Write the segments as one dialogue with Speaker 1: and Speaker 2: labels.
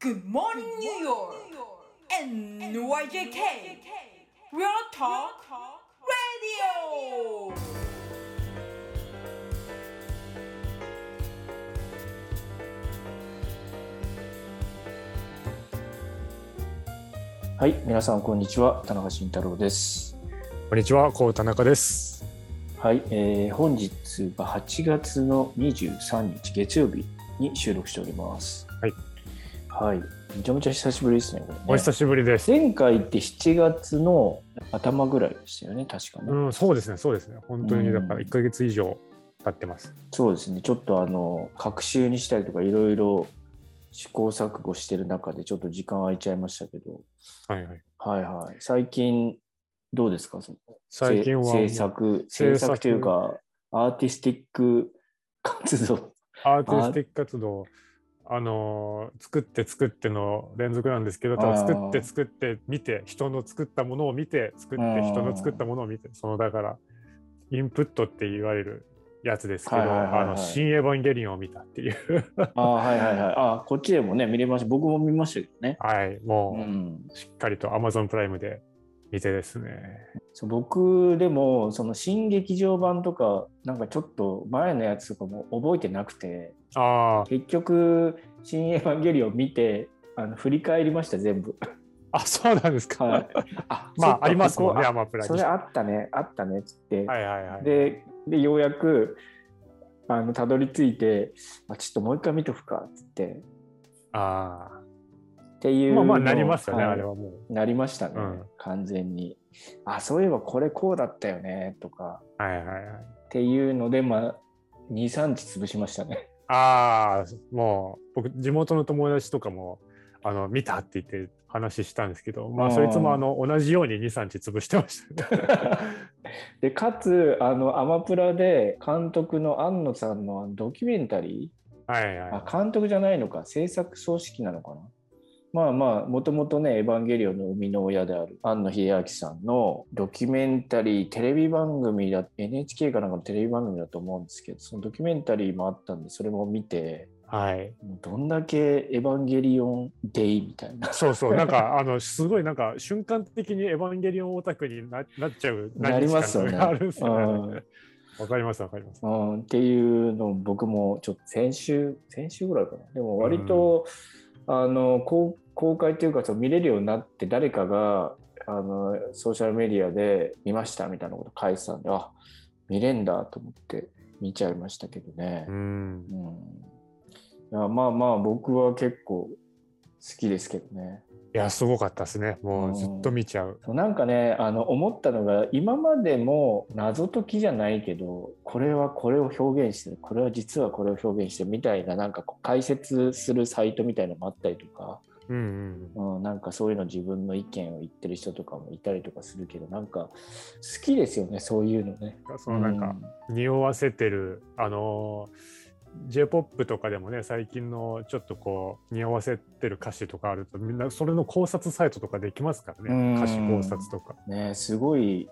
Speaker 1: Good morning, New York and NYJK. Real Talk Radio.
Speaker 2: はい、皆さんこんにちは、田中慎太郎です。
Speaker 3: こんにちは、こう田中です。
Speaker 2: はい、えー本日が8月の23日月曜日に収録しております。
Speaker 3: はい。
Speaker 2: はい、めちゃめちゃ久しぶりですね。これね
Speaker 3: お久しぶりです。
Speaker 2: 前回って7月の頭ぐらいでしたよね、確かね。
Speaker 3: うん、そうですね、そうですね。本当
Speaker 2: う
Speaker 3: に
Speaker 2: ん
Speaker 3: だから1ヶ月以上経ってます。
Speaker 2: そうですね、ちょっとあの、隔週にしたりとか、いろいろ試行錯誤してる中で、ちょっと時間空いちゃいましたけど、
Speaker 3: はいはい。
Speaker 2: はいはい。最近、どうですかその
Speaker 3: 最近は
Speaker 2: せ制作、制
Speaker 3: 制作
Speaker 2: 作というか、アーティスティック活動。
Speaker 3: アーティスティック活動、あのー作って作っての連続なんですけど、ただ
Speaker 2: あー
Speaker 3: 作って作って見て、人の作ったものを見て、作っ
Speaker 2: あ
Speaker 3: て
Speaker 2: ー
Speaker 3: 人の作ったものを見て、そのだから、インプットって言われるやつですけど、
Speaker 2: はいはいはいはい
Speaker 3: あの、新エヴァンゲリオンを見たっていう。
Speaker 2: ああ、はいはいはい。ああ、こっちでもね、見れました。僕も見ましたけどね。
Speaker 3: はい、
Speaker 2: う
Speaker 3: も
Speaker 2: ん、
Speaker 3: う、しっかりと Amazon プライムで見てですね。
Speaker 2: そう僕でもその新劇場版とかなんかちょっと前のやつとかも覚えてなくて
Speaker 3: ああ、
Speaker 2: 結局「新エヴァンゲリオン」見てあの振り返りました全部
Speaker 3: あ、そうなんです か。
Speaker 2: はいあ
Speaker 3: ま
Speaker 2: そっ
Speaker 3: あ、
Speaker 2: か
Speaker 3: ありますもんね、
Speaker 2: ここ
Speaker 3: アマプ
Speaker 2: あ
Speaker 3: ラに。
Speaker 2: それあったねあったねっつって、
Speaker 3: はいはいはい。
Speaker 2: ででようやくあのたどり着いてあちょっともう一回見とくかっつって
Speaker 3: あ
Speaker 2: ってい
Speaker 3: あ。
Speaker 2: う
Speaker 3: まあまあ、
Speaker 2: のを
Speaker 3: なりますよね、
Speaker 2: はい
Speaker 3: あれはもう。
Speaker 2: なりましたね、
Speaker 3: うん
Speaker 2: 完全にあそういえばこれこうだったよねとか
Speaker 3: はいはいはい。
Speaker 2: っていうので、まあ、23日潰しました ね。
Speaker 3: ああ、もう、僕、地元の友達とかも、あの、見たって言って話したんですけど、ま
Speaker 2: う
Speaker 3: あ、
Speaker 2: ん
Speaker 3: そいつも、あの、同じように2、3日潰して ましたね。
Speaker 2: でかつあのアマプラで監督の庵野さんのあのドキュメンタリ
Speaker 3: はい
Speaker 2: ー、
Speaker 3: は
Speaker 2: あ監督じゃないのか制作組織なのかなまあまあもともとね「エヴァンゲリオン」の生みの親である庵野秀明さんのドキュメンタリーテレビ番組だ NHK かなんかのテレビ番組だと思うんですけどそのドキュメンタリーもあったんでそれも見て
Speaker 3: い。はい。
Speaker 2: もうどんだけ「エヴァンゲリオン・デイ」みたいな
Speaker 3: そうそう、なんか、あの、すごい、なんか、瞬間的にエヴァンゲリオンオタクにななっちゃう、
Speaker 2: なりますよね
Speaker 3: 何日間かがあるんですよ
Speaker 2: う
Speaker 3: ね。わかります、わかります。
Speaker 2: うん、っていうのを僕もちょっと先週先週ぐらいかなでも割と、あの公公開というかその見れるようになって誰かがあのソーシャルメディアで見ましたみたいなこと書いてたんであ見れんだと思って見ちゃいましたけどね
Speaker 3: う、ん
Speaker 2: う。んいやまあまあ僕は結構好きですけどね
Speaker 3: いや、すごかったですね。もう、ずっと見ちゃう。
Speaker 2: そうなんかねあの思ったのが今までも謎解きじゃないけどこれはこれを表現してるこれは実はこれを表現してるみたいななんかこう解説するサイトみたいなのもあったりとか、
Speaker 3: うんうん
Speaker 2: うん、なんかそういうの自分の意見を言ってる人とかもいたりとかするけどなんか好きですよねそういうのね。
Speaker 3: うん。そのなんか、匂わせてるあのー J-POP とかでもね最近のちょっとこう匂わせてる歌詞とかあるとみんなそれの考察サイトとかできますか
Speaker 2: う
Speaker 3: ら
Speaker 2: ん
Speaker 3: ね歌詞考察とか
Speaker 2: うんねすごい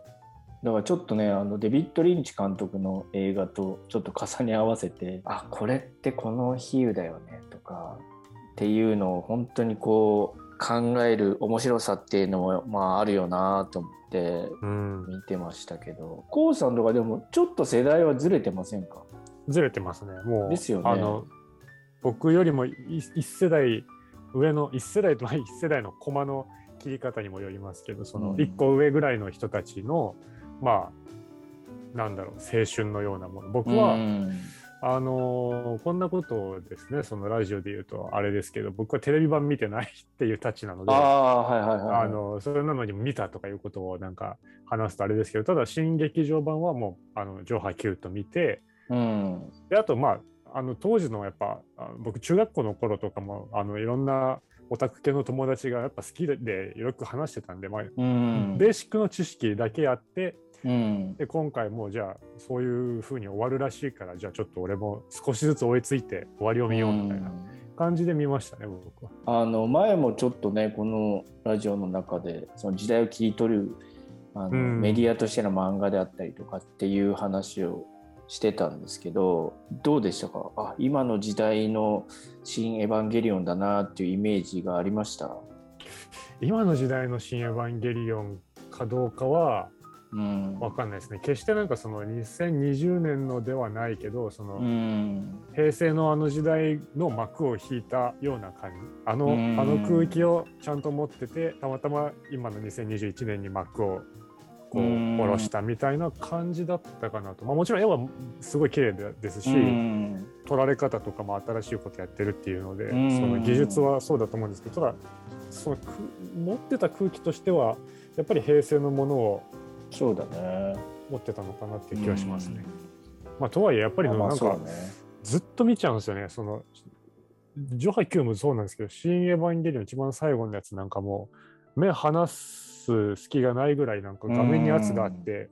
Speaker 2: だからちょっとねあのデビッド・リンチ監督の映画とちょっと重ね合わせてあこれってこの比喩だよねとかっていうのを本当にこう考える面白さっていうのも、まあ、あるよなと思って
Speaker 3: うん
Speaker 2: 見てましたけど k o さんとかでもちょっと世代はずれてませんか
Speaker 3: ずれてますねもう
Speaker 2: ですよね
Speaker 3: あの僕よりもい一世代上の一世代とまあ 一世代の駒の切り方にもよりますけどその
Speaker 2: うん
Speaker 3: 一個上ぐらいの人たちの、まあなんだろう青春のようなもの僕は、
Speaker 2: うん
Speaker 3: あのーこんなことをですねそのラジオで言うとあれですけど僕はテレビ版見てないっていうたちなので
Speaker 2: あ
Speaker 3: あ、
Speaker 2: あはいはいはい、はい、
Speaker 3: のそれなのに見たとかいうことをなんか話すとあれですけどただ新劇場版はもうあの上波級と見て
Speaker 2: うん
Speaker 3: であとまああの当時のやっぱあ僕中学校の頃とかもあのいろんなオタク系の友達がやっぱ好きでよく話してたんで、まあ
Speaker 2: うん
Speaker 3: ベーシックの知識だけやって
Speaker 2: うん
Speaker 3: で今回もうじゃあそういう風に終わるらしいからじゃあちょっと俺も少しずつ追いついて終わりを見ようみたいな
Speaker 2: うん
Speaker 3: 感じで見ましたね、僕は。
Speaker 2: あの前もちょっとねこのラジオの中でその時代を切り取るあの、
Speaker 3: うん
Speaker 2: メディアとしての漫画であったりとかっていう話をしてたんですけどどうでしたかあ今の時代の「新エヴァンゲリオン」だなっていうイメージがありました
Speaker 3: 今の時代の「新エヴァンゲリオン」かどうかは
Speaker 2: うん
Speaker 3: 分かんないですね決してなんかその2020年のではないけどその、
Speaker 2: うん
Speaker 3: 平成のあの時代の幕を引いたような感じあの
Speaker 2: うん
Speaker 3: あの空気をちゃんと持っててたまたま今の2021年に幕をこう
Speaker 2: うん
Speaker 3: 下ろしたみたいな感じだったかなと、まあ、もちろん絵はすごい綺麗でですし、
Speaker 2: うん
Speaker 3: 撮られ方とかも新しいことやってるっていうので、
Speaker 2: うん
Speaker 3: その技術はそうだと思うんですけどただそのく持ってた空気としてはやっぱり平成のものを
Speaker 2: そうだね
Speaker 3: 持ってたのかなっていう気がしますね。まあ、とはいえやっぱりなん
Speaker 2: まあ
Speaker 3: か、
Speaker 2: そうだね
Speaker 3: ずっと見ちゃうんですよね。そのジョハ Q もそうなんですけど、新エヴァンゲリオン一番最後のやつなんかもう目離す隙がないぐらいなんか画面に圧があって、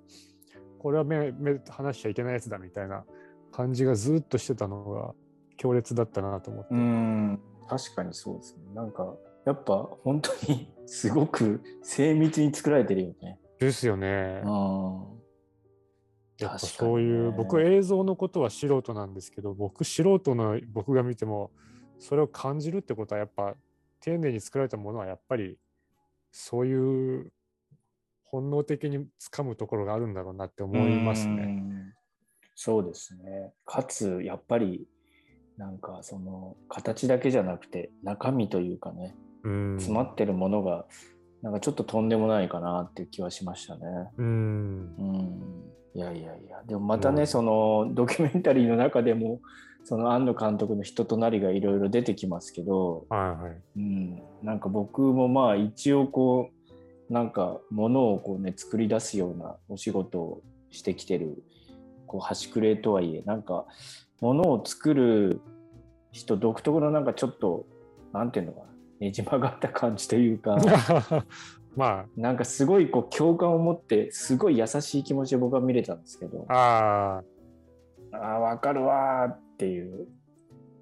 Speaker 3: これは目目離しちゃいけないやつだみたいな感じがずっとしてたのが強烈だったなと思って。
Speaker 2: うん確かにそうですねなんかやっぱ本当に すごく精密に作られてるよね
Speaker 3: ですよね。
Speaker 2: うん
Speaker 3: やっぱ
Speaker 2: 確かに
Speaker 3: そういう、
Speaker 2: ね
Speaker 3: 僕映像のことは素人なんですけど、僕素人の僕が見てもそれを感じるってことはやっぱ丁寧に作られたものはやっぱりそういう本能的に掴むところがあるんだろうなって思います
Speaker 2: う
Speaker 3: ね。
Speaker 2: ん。そうですね。かつ、やっぱり、なんかその形だけじゃなくて中身というかね
Speaker 3: うん。
Speaker 2: 詰まってるものがなんかちょっととんでもないかなっていう気はしましたね。
Speaker 3: うん。
Speaker 2: うん、いやいやいやでもまたね、
Speaker 3: うん
Speaker 2: そのドキュメンタリーの中でもその庵野監督の人となりがいろいろ出てきますけど、
Speaker 3: はいはい。
Speaker 2: うん、なんか僕もまあ一応こうなんかものをこうね作り出すようなお仕事をしてきてるこう端くれとはいえなんかものを作る人独特のなんかちょっとなんていうのかなねじ曲がった感じと いう か
Speaker 3: ま
Speaker 2: なんかすごいこう共感を持ってすごい優しい気持ちで僕は見れたんですけど
Speaker 3: あ、ああ、
Speaker 2: ああ分かるわーっていう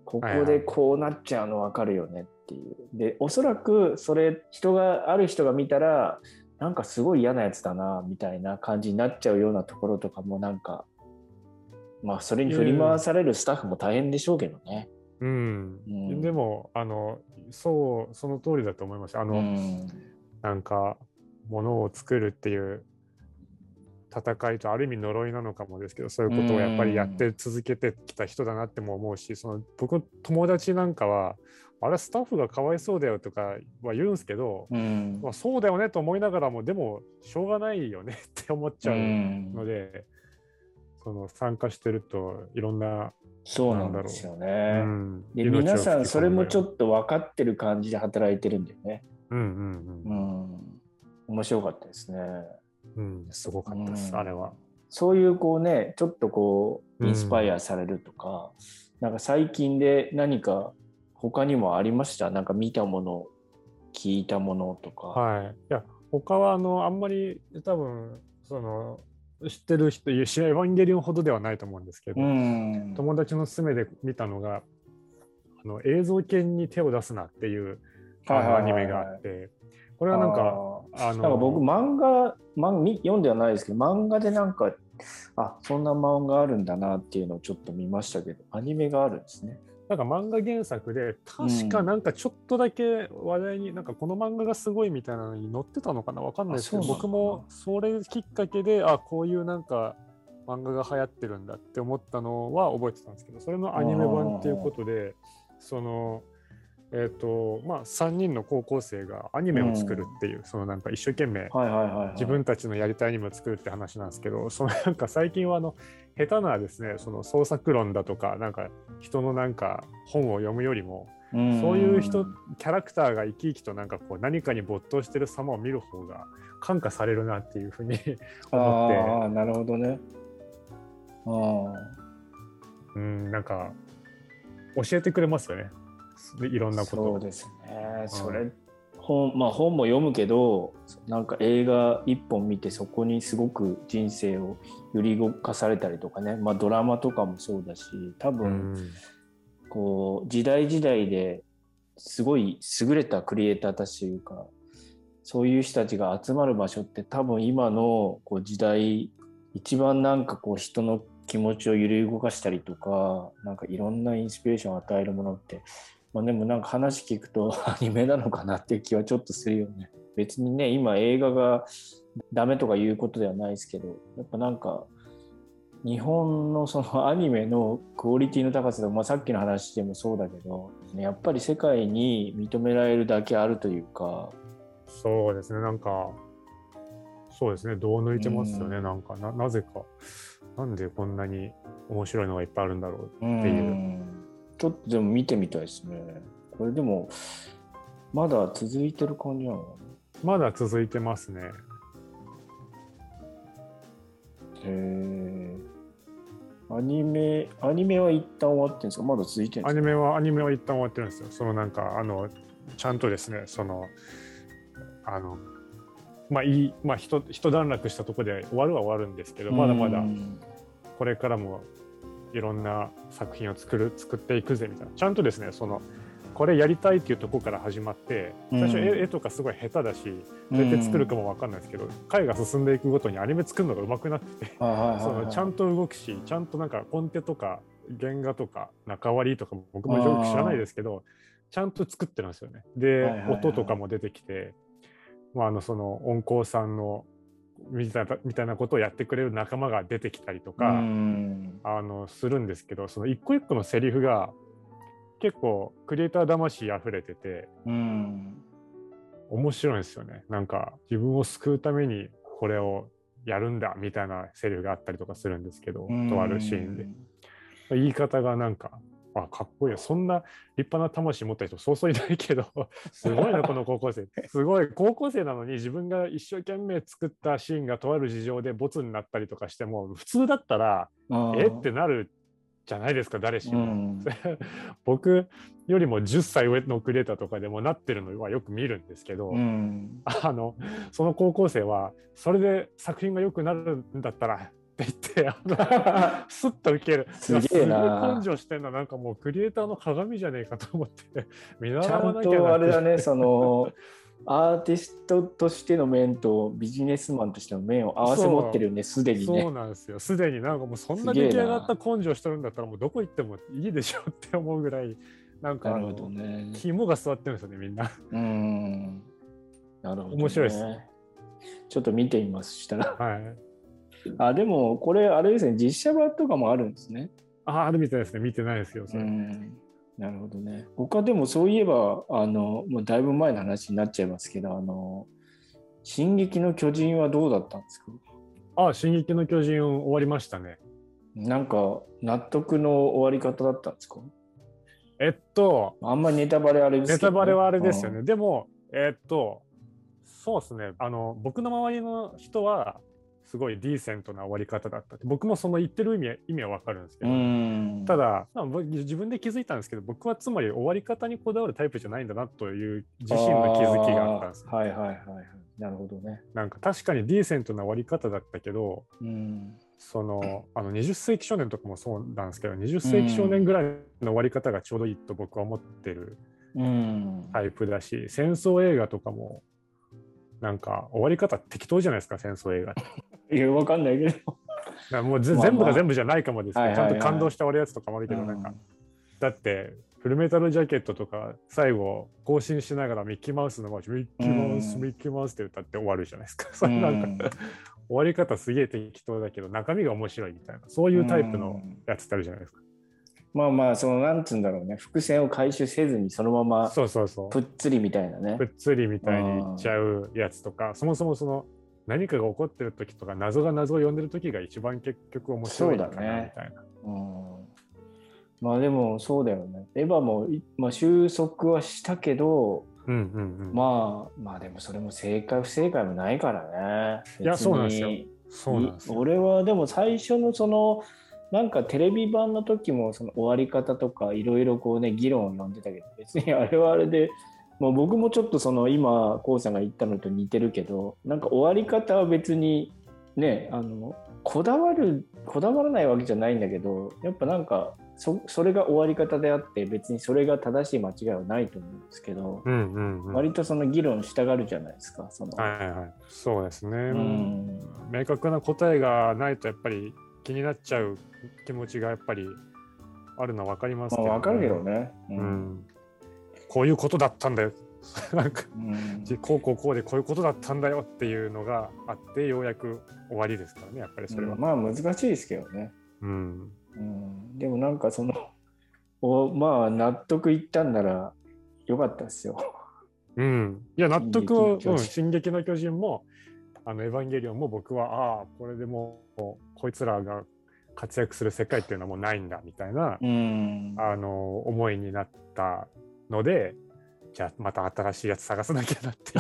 Speaker 2: ここ
Speaker 3: はいは
Speaker 2: で
Speaker 3: い
Speaker 2: こうなっちゃうの分かるよねっていうでおそらくそれ人がある人が見たらなんかすごい嫌なやつだなみたいな感じになっちゃうようなところとかもなんかまあそれに振り回されるスタッフも大変でしょうけどね。
Speaker 3: うん。
Speaker 2: うん
Speaker 3: でも、あの、そう、その通りだと思います。あ
Speaker 2: う
Speaker 3: の、
Speaker 2: ん
Speaker 3: なんかものを作るっていう戦いとある意味呪いなのかもですけどそういうことをやっぱりやって続けてきた人だなっても思うしその僕の友達なんかはあれスタッフがかわいそうだよとかは言うんですけど、
Speaker 2: うん
Speaker 3: まあ、そうだよねと思いながらもでもしょうがないよねって思っちゃうので、その参加してるといろんな、
Speaker 2: そうなんですよ
Speaker 3: う
Speaker 2: ね。
Speaker 3: ん、
Speaker 2: で
Speaker 3: 命を
Speaker 2: 皆さん
Speaker 3: 吹き
Speaker 2: そ
Speaker 3: 込む
Speaker 2: れ
Speaker 3: の
Speaker 2: も
Speaker 3: よ
Speaker 2: ちょっと分かってる感じで働いてるんだよね。
Speaker 3: うんうん
Speaker 2: う
Speaker 3: うん
Speaker 2: ん面白かったですね。
Speaker 3: うんすごかったです、
Speaker 2: うん
Speaker 3: あれは。
Speaker 2: そういうこうねちょっとこう
Speaker 3: うん
Speaker 2: インスパイアされるとか、なんか最近で何か他にもありましたなんか見たもの聞いたものとか、
Speaker 3: はい。いや、他は、あの、あんまり、多分、その、知ってる人、いや、知らエヴァンゲリオンほどではないと思うんですけど、
Speaker 2: うん
Speaker 3: 友達の勧めで見たのが、あの、映像犬に手を出すなっていう、あ
Speaker 2: はい
Speaker 3: の
Speaker 2: は
Speaker 3: ア
Speaker 2: いはい
Speaker 3: ニメがあって、これはなんか、あ
Speaker 2: あー
Speaker 3: の、
Speaker 2: なんか僕漫画漫み読んではないですけど漫画でなんかあそんな漫画あるんだなっていうのをちょっと見ましたけどアニメがあるんですね。
Speaker 3: なんか漫画原作で、確かなんかちょっとだけ話題に、なんかこの漫画がすごいみたいなのに載ってたのかなわかんないですけど、
Speaker 2: あそうなの
Speaker 3: 僕もそれきっかけで、あ、こういうなんか漫画が流行ってるんだって思ったのは覚えてたんですけど、それのアニメ版っていうことで、その、えっ、と、まあ3人の高校生がアニメを作るっていう、そのなんか一生懸
Speaker 2: は
Speaker 3: 命、
Speaker 2: いはいはい、はい、
Speaker 3: 自分たちのやりたいアニメを作るって話なんですけど、 そのなんか最近はあの下手なですね、その創作論だとか、なんか人のなんか本を読むよりも、
Speaker 2: ん
Speaker 3: そういう人、キャラクターが生き生きとなんかこう何かに没頭してる様を見る方が感化されるなっていうふうに 思って
Speaker 2: ああなるほどね。ああ
Speaker 3: うん、なんか教えてくれますよね。でいろんなこと
Speaker 2: そ
Speaker 3: を
Speaker 2: うですね。それ、本まあ本も読むけどなんか映画一本見てそこにすごく人生を揺り動かされたりとかね、まあ、ドラマとかもそうだし多
Speaker 3: う
Speaker 2: 分
Speaker 3: ん
Speaker 2: こう時代時代ですごい優れたクリエイターたちというかそういう人たちが集まる場所って多分今のこう時代一番なんかこう人の気持ちを揺り動かしたりとか、なんかいろんなインスピレーションを与えるものって、まあ、でもなんか話聞くと アニメなのかなっていう気はちょっとするよね。別にね、今映画がダメとかいうことではないですけど、やっぱなんか日本のそのアニメのクオリティの高さと、まあ、さっきの話でもそうだけど、やっぱり世界に認められるだけあるというか、
Speaker 3: そうですね、なんか、そうですね、どう抜いてますよね、
Speaker 2: うん
Speaker 3: なんかな、なぜか、なんでこんなに面白いのがいっぱいあるんだろう。
Speaker 2: って
Speaker 3: いう
Speaker 2: ちょっとでも見てみたいですねこれでもまだ続いてる感じなの
Speaker 3: まだ続いてますね。
Speaker 2: へえアニメアニメは一旦終わってんですかまだ続いてるんで
Speaker 3: ア
Speaker 2: す
Speaker 3: ニ
Speaker 2: か
Speaker 3: メは、アニメは一旦終わってるんですよ。そのなんか、あの、ちゃんとですね、その、あの、まあいい、まあひと、一段落したところで終わるは終わるんですけど、まだまだ
Speaker 2: うん
Speaker 3: これからもいろんな作品を作る作っていくぜみたいなちゃんとですねそのこれやりたいっていうところから始まって最初
Speaker 2: うん
Speaker 3: 絵絵とかすごい下手だしどうやって作るかも分かんないですけど回が進んでいくごとにアニメ作るのが上手くなってて
Speaker 2: はいはいはいはい
Speaker 3: そのちゃんと動くしちゃんとなんかコンテとか原画とか中割りとかも僕もよく知らないですけどちゃんと作ってるんですよね。で、
Speaker 2: はいはいはい
Speaker 3: 音とかも出てきて、まあ、あのその音工さんのみたいなみたいなことをやってくれる仲間が出てきたりとか。
Speaker 2: うん
Speaker 3: あのするんですけどその一個一個のセリフが結構クリエイター魂あふれてて
Speaker 2: うん
Speaker 3: 面白いんですよねなんか自分を救うためにこれをやるんだみたいなセリフがあったりとかするんですけどとあるシーンで言い方がなんかあかっこいいよそんな立派な魂持った人そうそういな いけどすごいなこの高校生すごい高校生なのに自分が一生懸命作ったシーンがとある事情でボツになったりとかしても普通だったら
Speaker 2: うん
Speaker 3: えってなるじゃないですか誰し
Speaker 2: う
Speaker 3: も。
Speaker 2: ん
Speaker 3: 僕よりも10歳上のクリエイターとかでもなってるのはよく見るんですけど、
Speaker 2: うん
Speaker 3: あのその高校生はそれで作品が良くなるんだったらって言ってあ のスッと受ける
Speaker 2: すげえない
Speaker 3: やすごい根性してんななんかもうクリエイターの鏡じゃねえかと思って 見習
Speaker 2: ちゃ
Speaker 3: わ
Speaker 2: ん
Speaker 3: なきゃな
Speaker 2: とあれだね
Speaker 3: って
Speaker 2: そのアーティストとしての面とビジネスマンとしての面を合わせ持ってるよねすでに
Speaker 3: そう
Speaker 2: ね
Speaker 3: なんですよすでになんかもうそんな
Speaker 2: すげえ
Speaker 3: 出
Speaker 2: な
Speaker 3: 来上がった根性してるんだったらもうどこ行ってもいいでしょって思うぐらいなんか
Speaker 2: な
Speaker 3: あ
Speaker 2: る
Speaker 3: の
Speaker 2: ほどね
Speaker 3: 肝が座ってるんですよねみんな。
Speaker 2: うん。なるほど、ね。
Speaker 3: 面白いです。
Speaker 2: ちょっと見てみます、したら。
Speaker 3: はい
Speaker 2: あ、でも、これ、あれですね、実写版とかもあるんですね。
Speaker 3: ああるみたいですね。見てないですよ。そうれ
Speaker 2: ん。なるほどね。他でも、そういえば、あの、もうだいぶ前の話になっちゃいますけど、あの、進撃の巨人はどうだったんですか
Speaker 3: ああ、進撃の巨人終わりましたね。
Speaker 2: なんか、納得の終わり方だったんですか
Speaker 3: えっと、
Speaker 2: あんまりネタバレあれです
Speaker 3: ネ
Speaker 2: けど
Speaker 3: タ
Speaker 2: ね、
Speaker 3: バレはあれですよね。でも、えっと、そうですね。あの、僕の周りの人は、すごいディーセントな終わり方だったって。僕もその言ってる意味は意味はわかるんですけ
Speaker 2: う
Speaker 3: ど。
Speaker 2: ん。うん。
Speaker 3: ただまあ僕自分で気づいたんですけど僕はつまり終わり方にこだわるタイプじゃないんだなという自身の気づきがあったんです
Speaker 2: あーはいはいはいはい。なるほどね。
Speaker 3: なんか確かにディーセントな終わり方だったけど
Speaker 2: うん。
Speaker 3: そのあの20世紀少年とかもそうなんですけど20世紀少年ぐらいの終わり方がちょうどいいと僕は思ってる
Speaker 2: うん。
Speaker 3: タイプだし戦争映画とかもなんか終わり方適当じゃないですか戦争映画ってだか
Speaker 2: いや、わかんないけど。
Speaker 3: らもうぜ
Speaker 2: まあまあ
Speaker 3: 全部が全部じゃないかもですけど、
Speaker 2: はいはいはい
Speaker 3: ちゃんと感動して終わるやつとかもあるけど、なんかだってフルメタルジャケットとか最後更新しながらミッキーマウスの街ミッキーマウス、
Speaker 2: うん
Speaker 3: ミッキーマウスって歌って終わるじゃないですか それなんか、終わり方すげえ適当だけど中身が面白いみたいなそう
Speaker 2: う
Speaker 3: い
Speaker 2: ん
Speaker 3: うタイプの
Speaker 2: ん
Speaker 3: やつってあるじゃないですか。
Speaker 2: まあまあそのなんつうんだろうね伏線を回収せずにそのまま
Speaker 3: そうそうそう
Speaker 2: ぷっつりみたいなね
Speaker 3: ぷっつりみたいにいっちゃうやつとかそもそもその何かが起こってる時とか謎が謎を呼んでる時が一番結局面白いかな
Speaker 2: そ
Speaker 3: み
Speaker 2: うだね
Speaker 3: たいな、
Speaker 2: うんまあでもそうだよねエヴァもい、まあ、収束はしたけど
Speaker 3: うんうんうん
Speaker 2: まあまあでもそれも正解不正解もないからね
Speaker 3: いや
Speaker 2: 別に
Speaker 3: そうなんですよそうなんですよ
Speaker 2: 俺はでも最初のそのなんかテレビ版の時もその終わり方とかいろいろこうね議論を呼んでたけど別に あれはあれで、まあ、僕もちょっとその今こうさんが言ったのと似てるけどなんか終わり方は別にねあのこだわるこだわらないわけじゃないんだけどやっぱなんかそそれが終わり方であって別にそれが正しい間違いはないと思うんですけど、
Speaker 3: うんうんうんはい
Speaker 2: 割とその議論したがるじゃないですかその、
Speaker 3: はいはいそうですね、
Speaker 2: うん
Speaker 3: 明確な答えがないとやっぱり気になっちゃう気持ちがやっぱりあるのは分かります
Speaker 2: まあ、わかるけどね。う
Speaker 3: う。ん、こういうことだったんだよ なんか
Speaker 2: うん
Speaker 3: じこうこうこうでこういうことだったんだよっていうのがあってようやく終わりですからねやっぱりそれは。
Speaker 2: まあ、難しいですけどね。
Speaker 3: うん
Speaker 2: うん、でもなんかそのおまあ納得いったんならよかったですよ。
Speaker 3: うん、いや納得を「
Speaker 2: 進撃の巨人
Speaker 3: うん進撃の巨人も」あのエヴァンゲリオン」も僕はああこれでもうこいつらが活躍する世界っていうのはもうないんだみたいな、
Speaker 2: うん
Speaker 3: あの思いになったのでじゃあまた新しいやつ探さなきゃな って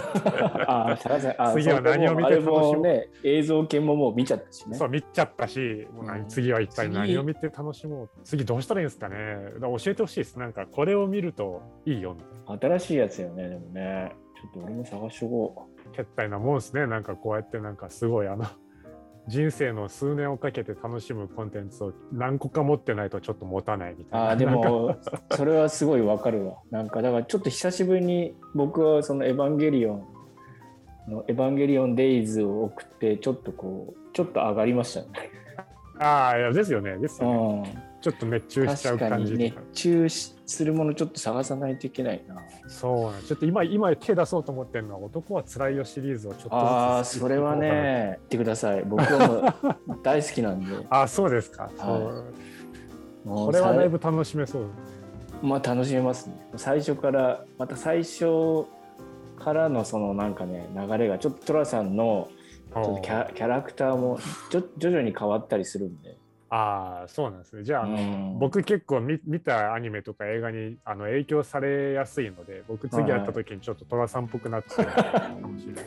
Speaker 2: あ確かにあ
Speaker 3: 次は
Speaker 2: そう
Speaker 3: 何を見て
Speaker 2: あれ
Speaker 3: 楽しもう
Speaker 2: もね映像系ももう見ちゃったしね
Speaker 3: そう見ちゃったし、もう何
Speaker 2: うん
Speaker 3: 次は一体
Speaker 2: 次
Speaker 3: 何を見て楽しもう次どうしたらいいんですかねだから教えてほしいですなんかこれを見るといいよみたい
Speaker 2: 新しいやつよねでもねちょっと俺も探しとこ
Speaker 3: なけったいなもんですねなんかこうやってなんかすごいあの人生の数年をかけて楽しむコンテンツを何個か持ってないとちょっと持たないみ
Speaker 2: う
Speaker 3: たいな
Speaker 2: あーで
Speaker 3: なんか
Speaker 2: もそれはすごいわかるわなんかだからちょっと久しぶりに僕はその「エヴァンゲリオン」の「エヴァンゲリオン・デイズ」を送ってちょっとこうちょっと上がりましたよね、
Speaker 3: ああいやですよねですよね、
Speaker 2: うん、
Speaker 3: ちょっと熱中しちゃう
Speaker 2: 確か
Speaker 3: 感
Speaker 2: に
Speaker 3: じと
Speaker 2: 熱
Speaker 3: か
Speaker 2: 中しするものちょっと探さないといけないな
Speaker 3: そうなんちょっと今今手出そうと思ってるのは「男はつらいよ」シリーズをちょっとずつ
Speaker 2: ああそれはね言ってください僕はもう大好きなん で
Speaker 3: ああそうですか、そう
Speaker 2: も
Speaker 3: こ
Speaker 2: う
Speaker 3: れは
Speaker 2: さい
Speaker 3: だいぶ楽しめそう
Speaker 2: まあ楽しめますね最初からまた最初からのそのなんかね流れがちょっと寅さんの
Speaker 3: あ
Speaker 2: ちょっとキャキャラクターもちょ徐々に変わったりするんで、
Speaker 3: あーそうなんですねじゃあ、
Speaker 2: うん
Speaker 3: 僕結構見見たアニメとか映画にあの影響されやすいので僕次会った時にちょっと寅さんっぽくなって るかもしれない、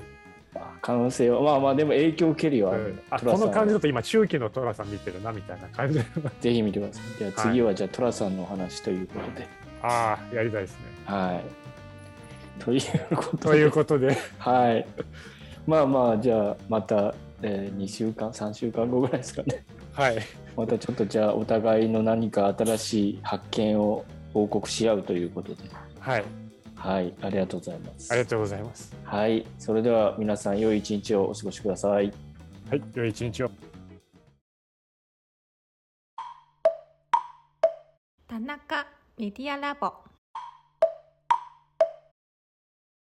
Speaker 2: 可能性はまあまあでも影響を受けるよあれ
Speaker 3: うんあ
Speaker 2: 寅さ
Speaker 3: こ
Speaker 2: ん
Speaker 3: の
Speaker 2: は
Speaker 3: 感じだと今中期の寅さん見てるなみたいな 感じ
Speaker 2: ぜひ見てくださいじゃあ次はじゃあ寅さんのお話ということで
Speaker 3: ああやりた いですね
Speaker 2: はいということ
Speaker 3: と
Speaker 2: で
Speaker 3: いうことで
Speaker 2: はい。まあまあ、じゃあ、また、え2週間、3週間後ぐらいですかね。
Speaker 3: はい
Speaker 2: またちょっと、じゃあ、お互いの何か新しい発見を報告し合うということで。
Speaker 3: はい
Speaker 2: はい、ありがとうございます。
Speaker 3: ありがとうございます
Speaker 2: はい、それでは皆さん、良い一日をお過ごしください。
Speaker 3: はい良い一日を
Speaker 4: 田中メディアラボ